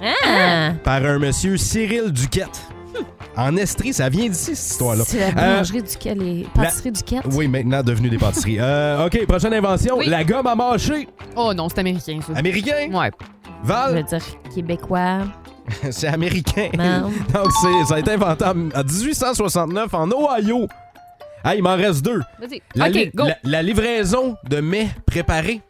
Speaker 7: Ah!
Speaker 5: par un monsieur Cyril Duquette.
Speaker 7: Hum.
Speaker 5: En Estrie, ça vient d'ici, cette histoire-là.
Speaker 7: C'est la
Speaker 5: Euh,
Speaker 7: boulangerie du Quai, les
Speaker 5: la-
Speaker 7: pâtisseries du Quai.
Speaker 5: Oui, maintenant devenue des pâtisseries. Euh, OK, prochaine invention.
Speaker 7: Oui.
Speaker 5: La gomme à mâcher.
Speaker 6: Oh non, c'est américain, ça.
Speaker 5: Américain?
Speaker 6: Ouais.
Speaker 7: Je
Speaker 5: Val,
Speaker 7: veux dire québécois.
Speaker 5: c'est américain.
Speaker 7: Non.
Speaker 5: Donc, c'est- ça a été inventé en en 1869 en Ohio. Ah, il m'en reste deux.
Speaker 7: Vas-y.
Speaker 5: La,
Speaker 6: OK,
Speaker 5: li-
Speaker 6: go.
Speaker 5: la- la livraison de mets préparés.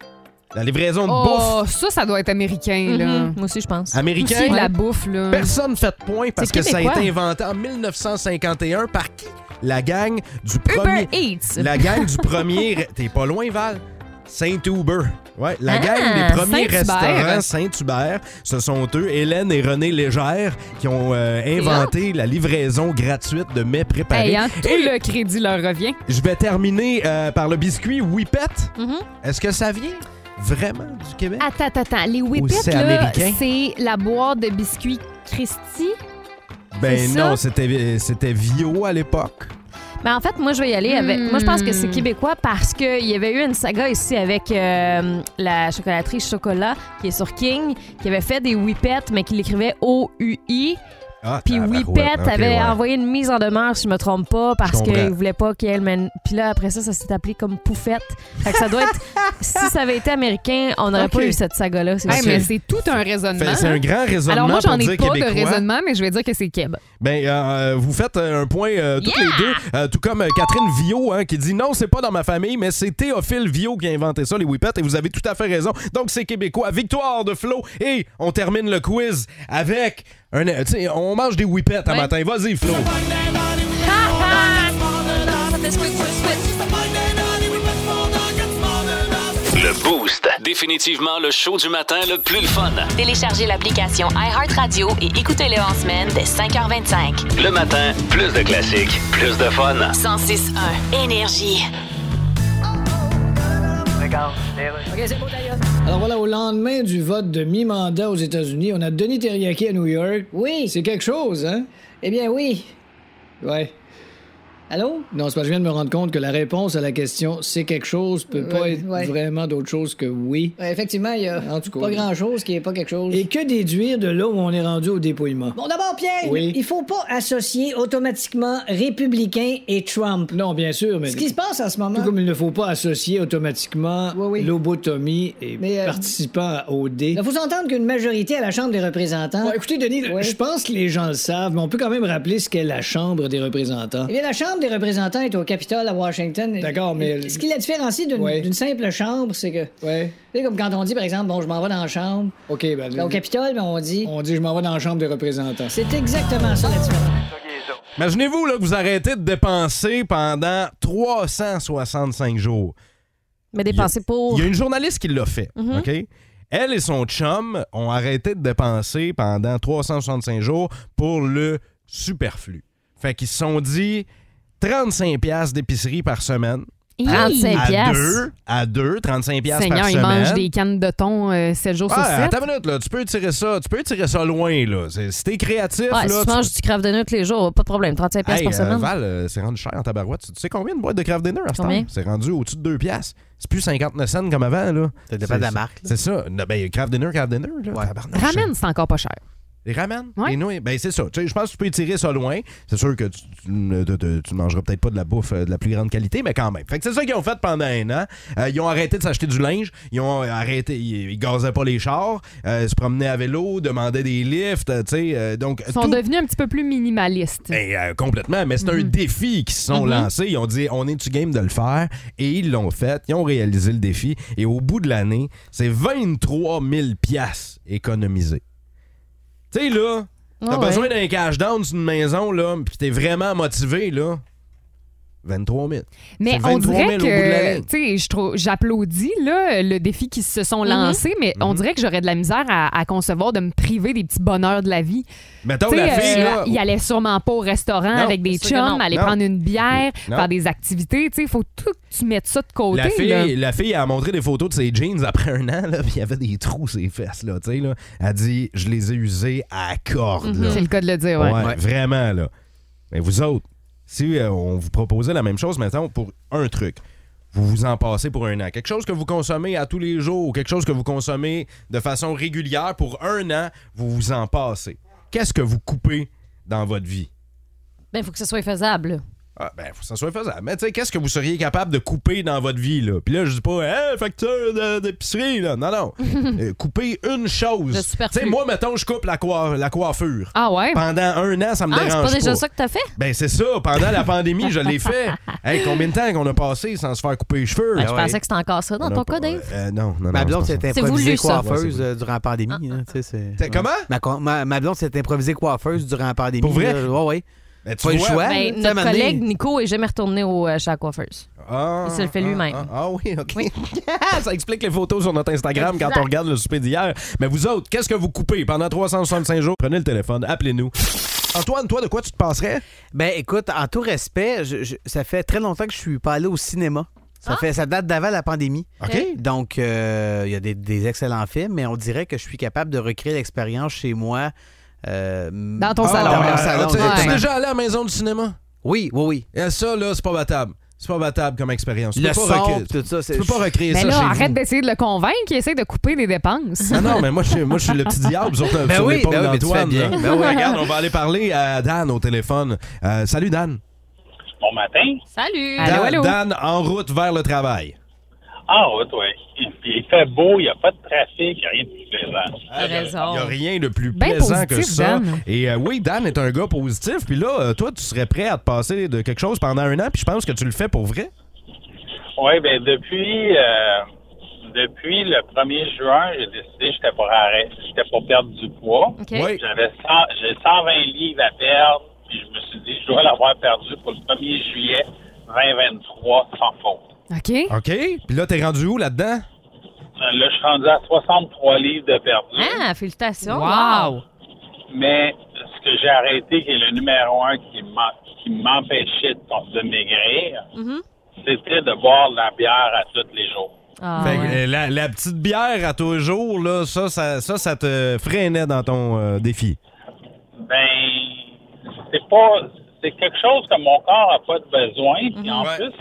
Speaker 5: La livraison de
Speaker 6: Oh,
Speaker 5: bouffe.
Speaker 6: ça, ça doit être américain, là.
Speaker 7: Mhm. Moi aussi, je pense.
Speaker 5: Américain.
Speaker 6: Aussi, la bouffe, là.
Speaker 5: Personne fait de point parce
Speaker 7: C'est
Speaker 5: que ça a été
Speaker 7: québécois.
Speaker 5: inventé en 1951 par qui? La gang du
Speaker 7: Uber
Speaker 5: premier...
Speaker 7: Eats.
Speaker 5: La gang du premier... T'es pas loin, Val? Saint-Hubert. Ouais, la
Speaker 7: Ah,
Speaker 5: gang des premiers
Speaker 6: Saint-Hubert.
Speaker 5: restaurants Saint-Hubert, ce sont eux, Hélène et René Légère, qui ont euh, inventé la livraison gratuite de mets préparés.
Speaker 6: Hey, hein, tout
Speaker 5: Et
Speaker 6: le crédit leur revient.
Speaker 5: je vais terminer euh, par le biscuit Whippet.
Speaker 7: Mhm.
Speaker 5: Est-ce que ça vient vraiment du Québec?
Speaker 6: Attends, attends, attends. Les
Speaker 5: Ou
Speaker 6: Whippets,
Speaker 5: c'est
Speaker 6: là,
Speaker 5: américain?
Speaker 6: c'est la boîte de biscuits Christie.
Speaker 5: ben
Speaker 6: Ah, c'est ça?
Speaker 5: non, c'était c'était Vio à l'époque.
Speaker 7: Mais Ben, en fait, moi, je vais y aller avec.
Speaker 6: Hmm.
Speaker 7: Moi, je pense que c'est québécois parce qu'il y avait eu une saga ici avec euh, la chocolaterie Chocolat qui est sur King, qui avait fait des whippets, mais qui l'écrivait O-U-I.
Speaker 5: Ah,
Speaker 7: Puis
Speaker 5: tabarouette,
Speaker 7: Whippet
Speaker 5: ok,
Speaker 7: avait
Speaker 5: ouais.
Speaker 7: envoyé une mise en demeure, si je me trompe pas, parce
Speaker 5: comprends.
Speaker 7: qu'il voulait pas qu'elle mène. Puis là, après ça, ça s'est appelé comme Poufette. Fait que ça doit être. si ça avait été américain, on n'aurait
Speaker 5: Ok.
Speaker 7: pas eu cette saga-là, c'est
Speaker 6: Hey,
Speaker 7: sûr.
Speaker 6: mais c'est tout un raisonnement.
Speaker 5: Fait- C'est un grand raisonnement
Speaker 6: Alors moi, j'en
Speaker 5: pour dire
Speaker 6: ai pas
Speaker 5: québécois.
Speaker 6: de raisonnement, mais je vais dire que c'est Keb.
Speaker 5: Ben, euh, vous faites euh, un point euh, toutes les deux, euh, tout comme euh, Catherine Vio hein, qui dit non, c'est pas dans ma famille, mais c'est Théophile Vio qui a inventé ça, les Whippets, et vous avez tout à fait raison. Donc, c'est québécois. Victoire de Flo. Et on termine le quiz avec un. Tu sais, on mange des Whippets un matin. Vas-y, Flo.
Speaker 2: Le Boost. Définitivement le show du matin le plus le fun.
Speaker 1: Téléchargez l'application iHeartRadio et écoutez-le en semaine dès 5h25.
Speaker 2: Le matin, plus de classiques, plus de fun.
Speaker 1: 106.1 Énergie.
Speaker 9: Alors voilà, au lendemain du vote de mi-mandat aux États-Unis, on a Denis Terriaki à New York.
Speaker 10: Oui.
Speaker 9: C'est quelque chose, hein?
Speaker 10: Eh bien, oui.
Speaker 9: Ouais.
Speaker 10: Allô?
Speaker 9: Non, c'est parce que je viens de me rendre compte que la réponse à la question c'est quelque chose peut pas
Speaker 10: Ouais,
Speaker 9: être
Speaker 10: ouais.
Speaker 9: vraiment d'autre chose que oui.
Speaker 10: Ouais, effectivement, il y a
Speaker 9: En tout cas,
Speaker 10: pas
Speaker 9: oui.
Speaker 10: grand-chose qui est pas quelque chose.
Speaker 9: Et que déduire de là où on est rendu au dépouillement?
Speaker 10: Bon, d'abord, Pierre,
Speaker 9: Oui.
Speaker 10: il faut pas associer automatiquement républicain et Trump.
Speaker 9: Non, bien sûr, mais.
Speaker 10: Ce qui se passe en ce
Speaker 9: Tout
Speaker 10: moment.
Speaker 9: comme il ne faut pas associer automatiquement
Speaker 10: Oui, oui.
Speaker 9: lobotomie et
Speaker 10: Mais, euh,
Speaker 9: participant au dé.
Speaker 10: Il faut s'entendre qu'une majorité à la Chambre des représentants.
Speaker 9: Bon, écoutez, Denis,
Speaker 10: Oui.
Speaker 9: je pense que les gens le savent, mais on peut quand même rappeler ce qu'est la Chambre des représentants.
Speaker 10: Eh bien, la Chambre des représentants est au Capitole à Washington.
Speaker 9: D'accord, mais-
Speaker 10: Ce qui la différencie d'une
Speaker 9: Ouais.
Speaker 10: d'une simple chambre, c'est que. Tu
Speaker 9: Ouais.
Speaker 10: sais, comme quand on dit, par exemple, bon, je m'en vais dans la chambre.
Speaker 9: OK, ben.
Speaker 10: Là, au Capitole, ben, on dit.
Speaker 9: On dit je m'en vais dans la Chambre des représentants.
Speaker 10: C'est exactement ça la différence.
Speaker 5: Imaginez-vous là, que vous arrêtez de dépenser pendant 365 jours.
Speaker 7: Mais dépensé pour.
Speaker 5: Il y a une journaliste qui l'a fait,
Speaker 6: Mhm.
Speaker 5: OK? Elle et son chum ont arrêté de dépenser pendant 365 jours pour le superflu. Fait qu'ils se sont dit 35 piastres d'épicerie par semaine.
Speaker 6: Hi!
Speaker 7: 35
Speaker 5: À
Speaker 7: piastres.
Speaker 5: deux, à deux, 35 piastres par
Speaker 6: Seigneur, il
Speaker 5: semaine.
Speaker 6: mange des cannes de thon 7 jours sur
Speaker 5: Ah,
Speaker 6: 7.
Speaker 5: attends une minute, là. Tu peux tirer ça, tu peux tirer ça loin, là. C'est- Si t'es créatif,
Speaker 7: Ouais,
Speaker 5: là,
Speaker 7: si tu
Speaker 5: tu-
Speaker 7: manges du crave de nuit tous les jours, pas de problème. 35 piastres
Speaker 5: Hey,
Speaker 7: par semaine.
Speaker 5: euh, Val, euh, c'est rendu cher en tabarouette. Tu tu sais combien une boîte de Kraft Dinner à ce temps?
Speaker 7: Combien?
Speaker 5: C'est rendu au-dessus de 2 piastres. C'est plus 59 cents comme avant, là.
Speaker 12: Ça dépend de la
Speaker 5: C'est-
Speaker 12: marque, là.
Speaker 5: C'est ça. Non, ben, Kraft Dinner, Kraft Dinner, là. tabarnak.
Speaker 6: Ramen, c'est encore pas cher.
Speaker 5: Les ramen? Les nouilles? Ben, c'est ça. Tu sais, je pense que tu peux tirer ça loin. C'est sûr que tu, tu ne te- te- tu ne mangeras peut-être pas de la bouffe euh, de la plus grande qualité, mais quand même. Fait que c'est ça qu'ils ont fait pendant un an. Euh, ils ont arrêté de s'acheter du linge. Ils ont euh, arrêté. Ils, ils gazaient pas les chars. euh, ils se promenaient à vélo, demandaient des lifts. euh, Tu sais, euh, donc.
Speaker 6: Ils sont
Speaker 5: tout-
Speaker 6: devenus un petit peu plus minimalistes.
Speaker 5: Ben, euh, complètement, mais c'est
Speaker 6: Mm-hmm.
Speaker 5: un défi qu'ils se sont
Speaker 6: Mhm.
Speaker 5: lancés. Ils ont dit, on est-tu game de le faire? Et ils l'ont fait. Ils ont réalisé le défi. Et au bout de l'année, c'est 23 000 piastres économisés. Tu sais, là, t'as
Speaker 12: Ah ouais.
Speaker 5: besoin d'un cash down sur une maison, là, puis t'es vraiment motivé, là. 23 000.
Speaker 6: Mais
Speaker 5: C'est
Speaker 6: on
Speaker 5: 23 000
Speaker 6: dirait
Speaker 5: au bout de la
Speaker 6: que,
Speaker 5: ligne.
Speaker 6: tu sais, je trouve- j'applaudis là, le défi qu'ils se
Speaker 10: Mhm.
Speaker 6: sont lancés, mais
Speaker 5: Mhm.
Speaker 6: on dirait que j'aurais de la misère à, à concevoir de me priver des petits bonheurs de la vie.
Speaker 5: Mettons,
Speaker 6: Tu sais,
Speaker 5: Oh, la fille,
Speaker 6: euh,
Speaker 5: là-
Speaker 6: il allait sûrement pas au restaurant
Speaker 5: Non.
Speaker 6: avec des
Speaker 5: C'est sûr que
Speaker 6: chums,
Speaker 5: non.
Speaker 6: aller
Speaker 5: Non.
Speaker 6: prendre une bière,
Speaker 5: Non.
Speaker 6: faire des activités. Tu sais, il faut tout que tu mettes ça de côté.
Speaker 5: La
Speaker 6: là.
Speaker 5: fille, la fille a montré des photos de ses jeans après un an, là, puis il y avait des trous ses fesses, là, tu sais, là. Elle dit, je les ai usés à cordes,
Speaker 6: Mhm. C'est le cas de le dire, ouais. Ouais.
Speaker 5: Vraiment, là. Mais vous autres, si euh, on vous proposait la même chose, maintenant pour un truc, vous vous en passez pour un an. Quelque chose que vous consommez à tous les jours, ou quelque chose que vous consommez de façon régulière pour un an, vous vous en passez. Qu'est-ce que vous coupez dans votre vie?
Speaker 13: Ben, faut que ce soit faisable.
Speaker 5: Ah, ben, faut que ça soit faisable. Mais tu sais, qu'est-ce que vous seriez capable de couper dans votre vie, là? Puis là, je dis pas, hey, facture de- d'épicerie, là. Non, non. Euh, couper une
Speaker 13: Le
Speaker 5: chose. Tu
Speaker 13: superflu.
Speaker 5: sais, moi, mettons, je coupe la, coi- la coiffure.
Speaker 6: Ah ouais?
Speaker 5: Pendant un an, ça me
Speaker 13: Ah, c'est
Speaker 5: dérange
Speaker 13: pas déjà ça que t'as fait?
Speaker 5: Ben, c'est ça. Pendant la pandémie, je l'ai fait. Hey, combien de temps qu'on a passé sans se faire couper les cheveux?
Speaker 13: Ben, je
Speaker 5: Ah ouais.
Speaker 13: pensais que c'était encore ça dans
Speaker 5: Non,
Speaker 13: ton
Speaker 5: pas-
Speaker 13: cas, Dave.
Speaker 5: Euh, non, non, non.
Speaker 14: Ma blonde
Speaker 5: c'est
Speaker 14: s'est
Speaker 5: pas ça.
Speaker 14: improvisée
Speaker 5: Ouais, c'est
Speaker 14: coiffeuse
Speaker 5: voulu.
Speaker 14: euh, durant la
Speaker 13: Ah,
Speaker 14: pandémie.
Speaker 5: hein,
Speaker 14: là, tu sais, c'est-
Speaker 5: T'as-
Speaker 14: ouais.
Speaker 5: comment?
Speaker 14: Ma, co- ma- ma blonde s'est improvisée coiffeuse durant la pandémie.
Speaker 5: Pour vrai?
Speaker 14: là. Ouais, ouais.
Speaker 5: Mais tu
Speaker 14: Pas le
Speaker 5: vois-
Speaker 14: choix.
Speaker 13: Ben,
Speaker 14: là.
Speaker 13: notre
Speaker 14: Ça m'a donné-
Speaker 13: collègue Nico est jamais retourné au euh, chez la coiffeuse.
Speaker 5: Ah,
Speaker 13: Il se le fait
Speaker 5: ah,
Speaker 13: lui-même.
Speaker 5: Ah, ah oui, OK. ça explique les photos sur notre Instagram quand on regarde le souper d'hier. Mais vous autres, qu'est-ce que vous coupez pendant 365 jours? Prenez le téléphone, appelez-nous. Antoine, toi, de quoi tu te passerais?
Speaker 14: Ben écoute, en tout respect, je- je- ça fait très longtemps que je suis pas allé au cinéma. Ça, fait, ça date d'avant la pandémie.
Speaker 5: OK.
Speaker 14: Donc, euh, il y a des, des excellents films, mais on dirait que je suis capable de recréer l'expérience chez moi. euh,
Speaker 6: Dans ton salon.
Speaker 14: Dans
Speaker 6: Ah,
Speaker 14: mon salon.
Speaker 5: tu es
Speaker 14: exactement.
Speaker 5: déjà allé à la maison du cinéma?
Speaker 14: Oui, oui,
Speaker 5: oui. ça, là, c'est pas battable. C'est pas battable comme expérience. Tu
Speaker 14: Le
Speaker 5: peux pas
Speaker 14: son,
Speaker 5: recréer-
Speaker 14: puis tout ça, c'est-
Speaker 5: Tu peux pas recréer
Speaker 6: Mais
Speaker 5: ça
Speaker 6: là,
Speaker 5: chez
Speaker 6: arrête
Speaker 5: vous.
Speaker 6: d'essayer de le convaincre, il essaie de couper des dépenses.
Speaker 5: Non, non, mais moi, je suis, moi, je suis le petit diable sur, ta-
Speaker 14: Ben
Speaker 5: sur
Speaker 14: oui,
Speaker 5: l'épaule
Speaker 14: ben oui, mais tu
Speaker 5: d'Antoine.
Speaker 14: fais bien.
Speaker 5: là.
Speaker 14: Ben oui.
Speaker 5: Regarde, on va aller parler à Dan au téléphone. Euh, salut, Dan.
Speaker 15: Bon matin.
Speaker 13: Salut!
Speaker 5: Dan, Dan, en route vers le travail.
Speaker 15: Ah, oui, toi. Il, il fait beau, il n'y a pas de trafic, il n'y a rien de plus plaisant.
Speaker 5: Il n'y Ah, ben, a rien de plus
Speaker 15: Ben
Speaker 5: plaisant que
Speaker 15: positif,
Speaker 5: ça.
Speaker 15: Dan.
Speaker 5: Et euh, oui, Dan est un gars positif. Puis là, euh, toi, tu serais prêt à te passer de quelque chose pendant un an, puis je pense que tu le fais pour vrai.
Speaker 15: Oui, ben depuis, euh, depuis le 1er juin, j'ai décidé que j'étais pour arrêter, j'étais pour perdre du poids.
Speaker 5: Oui.
Speaker 15: J'avais 100 j'ai 120 livres à perdre, puis je me suis dit, je dois l'avoir perdu pour le 1er juillet 2023 sans faute.
Speaker 6: OK.
Speaker 5: OK. Puis là, t'es rendu où là-dedans?
Speaker 15: Euh, Là, je suis rendu à 63 livres de perdu.
Speaker 7: Hein?
Speaker 13: Ah, félicitations!
Speaker 15: Wow. Mais ce que j'ai arrêté, qui est le numéro un qui m'en- qui m'empêchait de, de maigrir,
Speaker 13: Mhm.
Speaker 15: c'était de boire de la bière à tous les jours.
Speaker 12: Ah
Speaker 13: Ah
Speaker 5: Fait que, euh, la, la petite bière à tous les jours, là, ça, ça, ça, ça te freinait dans ton euh, défi.
Speaker 15: Ben, c'est pas. C'est quelque chose que mon corps n'a pas de besoin. Puis en
Speaker 5: Ouais.
Speaker 15: plus,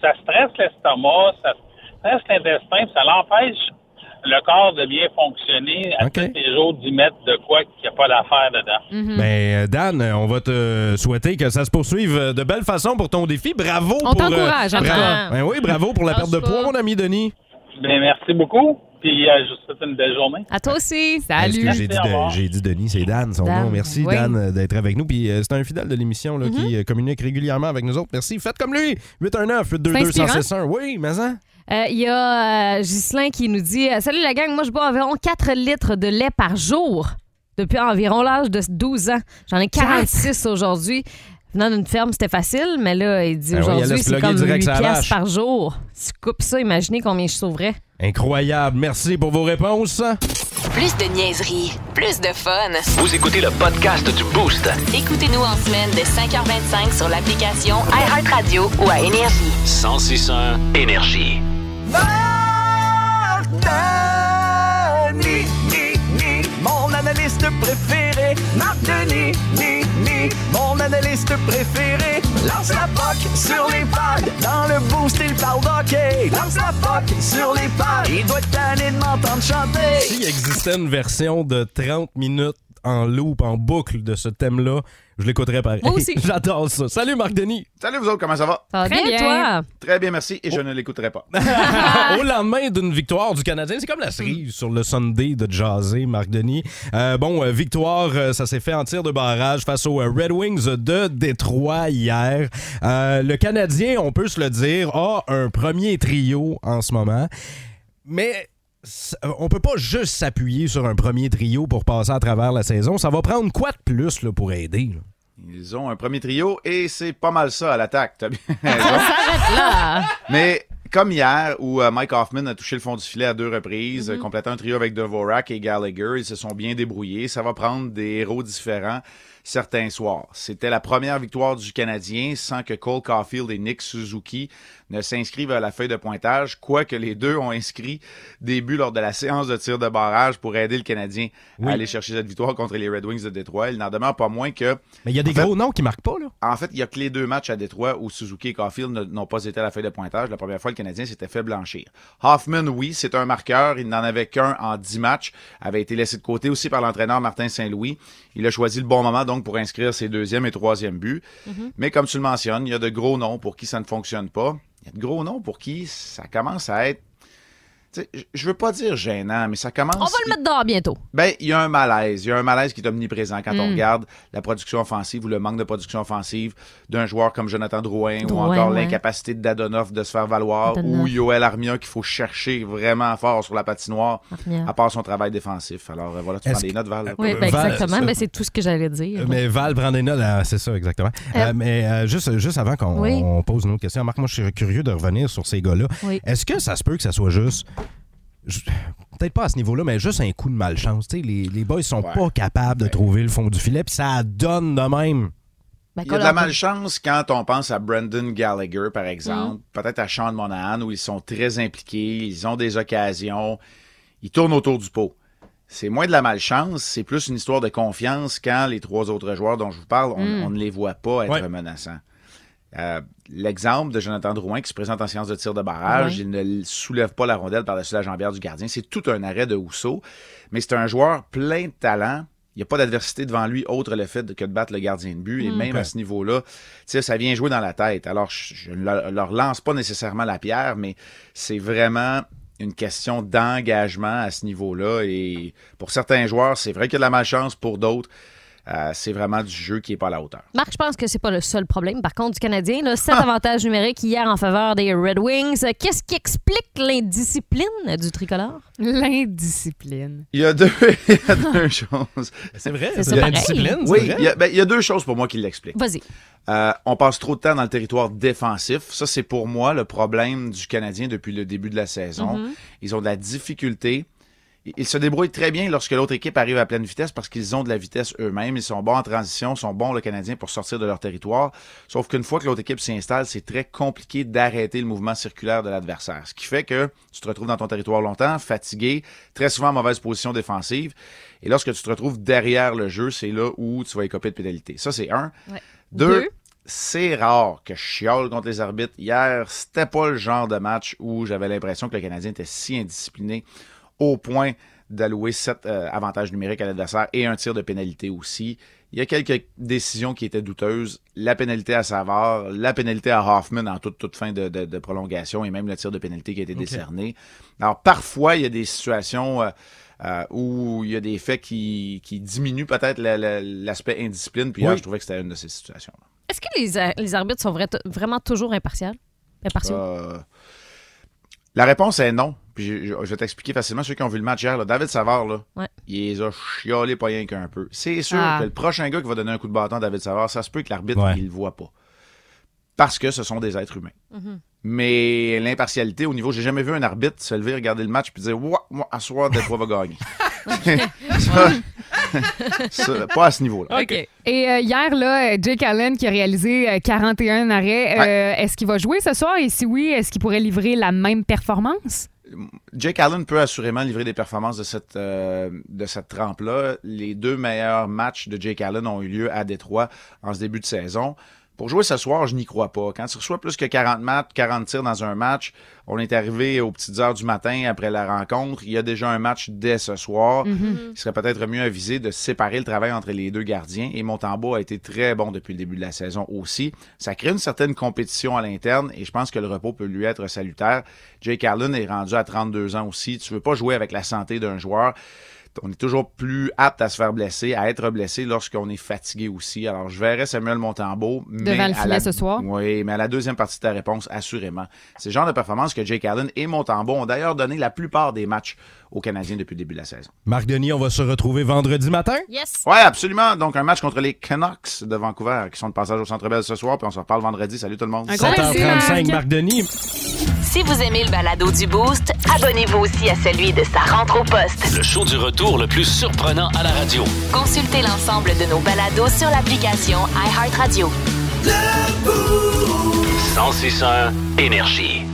Speaker 15: ça stresse l'estomac, ça stresse l'intestin, puis ça l'empêche le corps de bien fonctionner à
Speaker 5: OK.
Speaker 15: tous les jours d'y mettre de quoi qu'il n'y a pas d'affaire dedans.
Speaker 13: Mhm.
Speaker 5: Ben, euh, Dan, euh, on va te souhaiter que ça se poursuive euh, de belle façon pour ton défi. Bravo
Speaker 15: On
Speaker 5: pour... euh,
Speaker 15: t'encourage, en tout cas.
Speaker 5: bravo. Ben oui, bravo pour la perte de poids, mon ami Denis.
Speaker 15: Ben, merci beaucoup. Puis euh, je vous souhaite une belle journée.
Speaker 13: À toi aussi!
Speaker 5: Est-ce que Ben j'ai dit, de- j'ai dit Denis, c'est Dan, son
Speaker 13: Dan,
Speaker 5: nom. Merci,
Speaker 13: oui. Mhm.
Speaker 5: Dan, euh, d'être avec nous. Puis euh, c'est un fidèle de l'émission là, qui euh, communique régulièrement avec nous autres. Merci. Faites comme lui. 819 822 161 Oui, mais hein?
Speaker 13: Euh, Il y a euh, Ghislain qui nous dit euh, Salut la gang, moi je bois environ 4 litres de lait par jour depuis environ l'âge de 12 ans. J'en ai 46 aujourd'hui. Venant d'une ferme, c'était facile, mais là, il dit
Speaker 5: Ben oui, elle
Speaker 13: aujourd'hui,
Speaker 5: laisse
Speaker 13: c'est
Speaker 5: plugger
Speaker 13: comme 8
Speaker 5: direct sa
Speaker 13: piastres
Speaker 5: vache.
Speaker 13: par jour. Si tu coupes ça, imaginez combien je sauverais.
Speaker 5: Incroyable. Merci pour vos réponses.
Speaker 1: Plus de niaiserie, plus de fun.
Speaker 2: Vous écoutez le podcast du Boost.
Speaker 1: Écoutez-nous en semaine de 5h25 sur l'application iHeartRadio ou à Énergie.
Speaker 2: 1061 Énergie.
Speaker 16: Denis, ni, ni, mon analyste préféré. Marc Denis, ni, ni, mon analyste préféré. Lance la POC sur les pads. Dans le boost, il parle d'hockey. Lance la POC sur les pads. Il doit être tanné de m'entendre chanter.
Speaker 5: S'il existait une version de 30 minutes en loop, en boucle de ce thème-là, je l'écouterai pareil.
Speaker 12: Moi aussi.
Speaker 5: J'adore ça. Salut Marc Denis.
Speaker 12: Salut vous autres, comment ça va?
Speaker 5: Ça va Très bien, bien. toi?
Speaker 12: Très bien, merci. Et je ne l'écouterai pas. Ah.
Speaker 5: Au lendemain d'une victoire du Canadien, c'est
Speaker 12: Hmm.
Speaker 5: comme la cerise sur le Sunday de jaser, Marc Denis. Euh, bon, euh, victoire, euh, ça s'est fait en tir de barrage face aux euh, Red Wings de Détroit hier. Euh, le Canadien, on peut se le dire, a un premier trio en ce moment. Mais s- euh, on peut pas juste s'appuyer sur un premier trio pour passer à travers la saison. Ça va prendre quoi de plus là, pour aider? là?
Speaker 12: Ils ont un premier trio et c'est pas mal ça à l'attaque. T'as bien Mais comme hier, où euh, Mike Hoffman a touché le fond du filet à deux reprises, euh, complétant un trio avec Dvorak et Gallagher, ils se sont bien débrouillés. Ça va prendre des héros différents certains soirs. C'était la première victoire du Canadien sans que Cole Caulfield et Nick Suzuki ne s'inscrivent à la feuille de pointage, quoique les deux ont inscrit des buts lors de la séance de tir de barrage pour aider le Canadien
Speaker 5: Oui.
Speaker 12: à aller chercher cette victoire contre les Red Wings de Détroit. Il n'en demeure pas moins que
Speaker 5: Mais il y a des
Speaker 12: En fait-
Speaker 5: gros noms qui marquent pas, là.
Speaker 12: en fait, il y a que les deux matchs à Détroit où Suzuki et Caulfield ne- n'ont pas été à la feuille de pointage. La première fois, le Canadien s'était fait blanchir. Hoffman, oui, c'est un marqueur. Il n'en avait qu'un en dix matchs. Avait été laissé de côté aussi par l'entraîneur Martin Saint-Louis. Il a choisi le bon moment, donc, pour inscrire ses deuxième et troisième buts.
Speaker 17: Mhm.
Speaker 12: Mais comme tu le mentionnes, il y a de gros noms pour qui ça ne fonctionne pas. Il y a de gros noms pour qui ça commence à être... tu sais, je- Je veux pas dire gênant, mais ça commence...
Speaker 13: On va le mettre dehors bientôt.
Speaker 12: Ben, il y a un malaise. Il y a un malaise qui est omniprésent quand on
Speaker 13: Mm.
Speaker 12: regarde la production offensive ou le manque de production offensive d'un joueur comme Jonathan Drouin, ou
Speaker 17: Drouin,
Speaker 12: encore
Speaker 17: ouais.
Speaker 12: l'incapacité de Dadonoff de se faire valoir
Speaker 17: Dadonov.
Speaker 12: ou Yoel Armia qu'il faut chercher vraiment fort sur la patinoire
Speaker 13: Armia.
Speaker 12: à part son travail défensif. Alors euh, voilà, tu prends
Speaker 5: Est-ce
Speaker 12: des notes, Val.
Speaker 13: Oui, ben,
Speaker 5: Val,
Speaker 13: exactement,
Speaker 5: ça.
Speaker 13: mais c'est tout ce que j'allais dire.
Speaker 5: Euh, Mais Val prend des notes, euh, c'est ça, exactement.
Speaker 13: Euh,
Speaker 5: Euh, mais euh, juste, juste avant qu'on
Speaker 13: Oui.
Speaker 5: on pose une autre question, Marc, moi, je suis curieux de revenir sur ces gars-là.
Speaker 13: Oui.
Speaker 5: Est-ce que ça se peut que ça soit juste. ju- Peut-être pas à ce niveau-là, mais juste un coup de malchance. Tu sais, les, les boys sont pas capables de trouver le fond du filet, puis ça donne de même.
Speaker 13: Ben,
Speaker 12: Il y a de la malchance quand on pense à Brendan Gallagher, par exemple,
Speaker 17: Mm.
Speaker 12: peut-être à Sean Monahan, où ils sont très impliqués, ils ont des occasions, ils tournent autour du pot. C'est moins de la malchance, c'est plus une histoire de confiance quand les trois autres joueurs dont je vous parle, on,
Speaker 17: Mm.
Speaker 12: on ne les voit pas être
Speaker 17: Ouais.
Speaker 12: menaçants. Euh, L'exemple de Jonathan Drouin qui se présente en séance de tir de barrage,
Speaker 17: Ouais.
Speaker 12: il ne soulève pas la rondelle par-dessus la jambière du gardien. C'est tout un arrêt de Housseau, mais c'est un joueur plein de talent. Il n'y a pas d'adversité devant lui autre le fait de- que de battre le gardien de but. Et
Speaker 17: Mm.
Speaker 12: même
Speaker 17: Ouais.
Speaker 12: à ce niveau-là, tu sais, ça vient jouer dans la tête. Alors, je je ne leur- leur lance pas nécessairement la pierre, mais c'est vraiment une question d'engagement à ce niveau-là. Et pour certains joueurs, c'est vrai qu'il y a de la malchance. Pour d'autres, euh, c'est vraiment du jeu qui n'est pas à la hauteur.
Speaker 13: Marc, je pense que c'est pas le seul problème. Par contre, du Canadien, là,
Speaker 12: Ah.
Speaker 13: 7 avantages numériques hier en faveur des Red Wings. Qu'est-ce qui explique l'indiscipline du tricolore?
Speaker 6: L'indiscipline.
Speaker 12: Il y a deux, il y a deux choses.
Speaker 5: C'est vrai,
Speaker 6: C'est c'est ça, de la pareil. discipline, c'est
Speaker 12: Oui,
Speaker 6: vrai.
Speaker 12: il y, a, ben, il y a deux choses pour moi qui l'expliquent.
Speaker 13: Vas-y.
Speaker 12: Euh, on passe trop de temps dans le territoire défensif. Ça, c'est pour moi le problème du Canadien depuis le début de la saison.
Speaker 17: Mhm.
Speaker 12: Ils ont de la difficulté. Ils- Ils se débrouillent très bien lorsque l'autre équipe arrive à pleine vitesse parce qu'ils ont de la vitesse eux-mêmes. Ils sont bons en transition, sont bons, le Canadien, pour sortir de leur territoire. Sauf qu'une fois que l'autre équipe s'installe, c'est très compliqué d'arrêter le mouvement circulaire de l'adversaire. Ce qui fait que tu te retrouves dans ton territoire longtemps, fatigué, très souvent en mauvaise position défensive. Et lorsque tu te retrouves derrière le jeu, c'est là où tu vas écoper de pénalité. Ça, c'est un.
Speaker 13: Ouais.
Speaker 12: Deux,
Speaker 13: Deux.
Speaker 12: c'est rare que je chiale contre les arbitres. Hier, c'était pas le genre de match où j'avais l'impression que le Canadien était si indiscipliné au point d'allouer sept euh, avantages numériques à l'adversaire et un tir de pénalité aussi. Il y a quelques décisions qui étaient douteuses. La pénalité à Savard, la pénalité à Hoffman en toute, toute fin de, de- de prolongation et même le tir de pénalité qui a été décerné. Alors parfois, il y a des situations... euh, euh, où il y a des faits qui, qui diminuent peut-être la- la- l'aspect indiscipline. Puis hier,
Speaker 5: Oui.
Speaker 12: je trouvais que c'était une de ces situations.
Speaker 13: Est-ce que les, a- les arbitres sont vra- vraiment toujours impartials? Impartiaux?
Speaker 12: Euh, la réponse est non. Puis je, je- je vais t'expliquer facilement. Ceux qui ont vu le match hier, là, David Savard, là,
Speaker 13: Ouais.
Speaker 12: il les a chiolés pas rien qu'un peu. C'est sûr
Speaker 17: Ah.
Speaker 12: que le prochain gars qui va donner un coup de bâton à David Savard, ça se peut que l'arbitre,
Speaker 17: Ouais.
Speaker 12: il le voit pas. Parce que ce sont des êtres humains. Mais l'impartialité au niveau, j'ai jamais vu un arbitre se lever, regarder le match, puis dire Ouais, moi, à soir, Détroit va gagner. Ça- ça- pas à ce niveau-là.
Speaker 6: Et euh, hier, là, euh, Jake Allen qui a réalisé euh, 41 arrêts, euh, est-ce qu'il va jouer ce soir? Et si oui, est-ce qu'il pourrait livrer la même performance?
Speaker 12: Jake Allen peut assurément livrer des performances de cette, euh, de cette trempe-là. Les deux meilleurs matchs de Jake Allen ont eu lieu à Détroit en ce début de saison. Pour jouer ce soir, je n'y crois pas. Quand tu reçois plus que 40 matchs, 40 tirs dans un match, on est arrivé aux petites heures du matin après la rencontre. Il y a déjà un match dès ce soir.
Speaker 17: Mhm.
Speaker 12: Il serait peut-être mieux avisé de séparer le travail entre les deux gardiens. Et Montembeau a été très bon depuis le début de la saison aussi. Ça crée une certaine compétition à l'interne et je pense que le repos peut lui être salutaire. Jake Allen est rendu à 32 ans aussi. Tu veux pas jouer avec la santé d'un joueur. On est toujours plus apte à se faire blesser, à être blessé lorsqu'on est fatigué aussi. Alors, je verrai Samuel Montembeau. mais
Speaker 6: Devant le
Speaker 12: à
Speaker 6: filet
Speaker 12: la-
Speaker 6: ce soir.
Speaker 12: oui, mais à la deuxième partie de ta réponse, assurément. C'est le genre de performance que Jake Allen et Montembeau ont d'ailleurs donné la plupart des matchs aux Canadiens depuis le début de la saison.
Speaker 5: Marc Denis, on va se retrouver vendredi matin.
Speaker 13: Yes.
Speaker 12: Ouais, absolument. Donc, un match contre les Canucks de Vancouver qui sont de passage au Centre Bell ce soir. Puis on se reparle vendredi. Salut tout le monde.
Speaker 5: 7h35, Marc Denis.
Speaker 1: Si vous aimez le balado du Boost, abonnez-vous aussi à celui de sa rentre au poste.
Speaker 2: Le show du retour le plus surprenant à la radio.
Speaker 1: Consultez l'ensemble de nos balados sur l'application iHeartRadio.
Speaker 2: 106 énergie.